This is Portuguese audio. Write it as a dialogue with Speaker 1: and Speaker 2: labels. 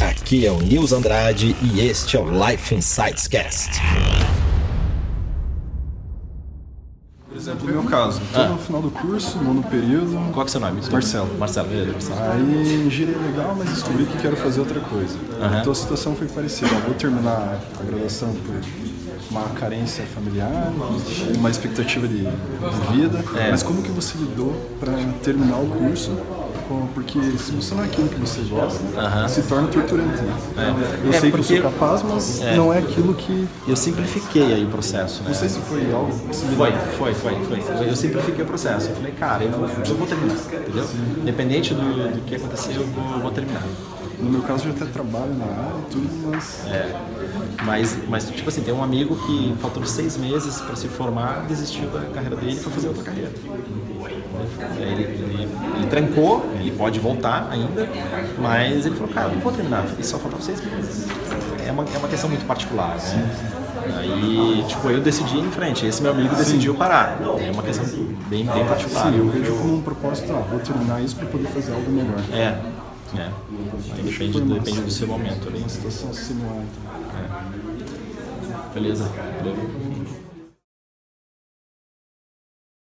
Speaker 1: Aqui é o Nils Andrade e este é o Life Insights Cast.
Speaker 2: Por exemplo, no meu caso, tô no final do curso, nono período.
Speaker 3: Ah. Qual que é seu nome?
Speaker 2: Marcelo.
Speaker 3: Marcelo, beleza, Marcelo.
Speaker 2: Aí girei legal, mas descobri que quero fazer outra coisa. Então a situação foi parecida. Eu Vou terminar a graduação por uma carência familiar, uma expectativa de de vida.
Speaker 3: É.
Speaker 2: Mas como que você lidou para terminar o curso? Com- Porque se você não é aquilo que você gosta, se torna torturante. Eu
Speaker 3: É,
Speaker 2: sei que
Speaker 3: porque-
Speaker 2: eu sou capaz, mas não é aquilo que.
Speaker 3: Eu simplifiquei aí o processo, né?
Speaker 2: Não sei se foi algo similar.
Speaker 3: Foi, foi, foi, foi. Eu simplifiquei o processo. Eu falei, cara, eu vou, eu vou terminar, entendeu? Independente do, do que acontecer, eu vou, eu vou terminar.
Speaker 2: No meu caso, eu até trabalho na área e tudo, mas.
Speaker 3: Mas, mas, tipo assim, tem um amigo que faltando seis meses pra se formar, desistiu da carreira dele e foi fazer outra carreira. Ele, ele, ele trancou, ele pode voltar ainda, mas ele falou, cara, não vou terminar, e só faltava seis meses. É uma, é uma questão muito particular, né? Aí, tipo, eu decidi ir em frente, esse meu amigo decidiu parar. É uma questão bem, bem particular.
Speaker 2: Sim, eu vejo como um propósito, ah, vou terminar isso para poder fazer algo melhor.
Speaker 3: É, é. Aí Depende, do- depende do seu momento ali.
Speaker 2: Uma situação similar. então.
Speaker 3: Beleza. Valeu.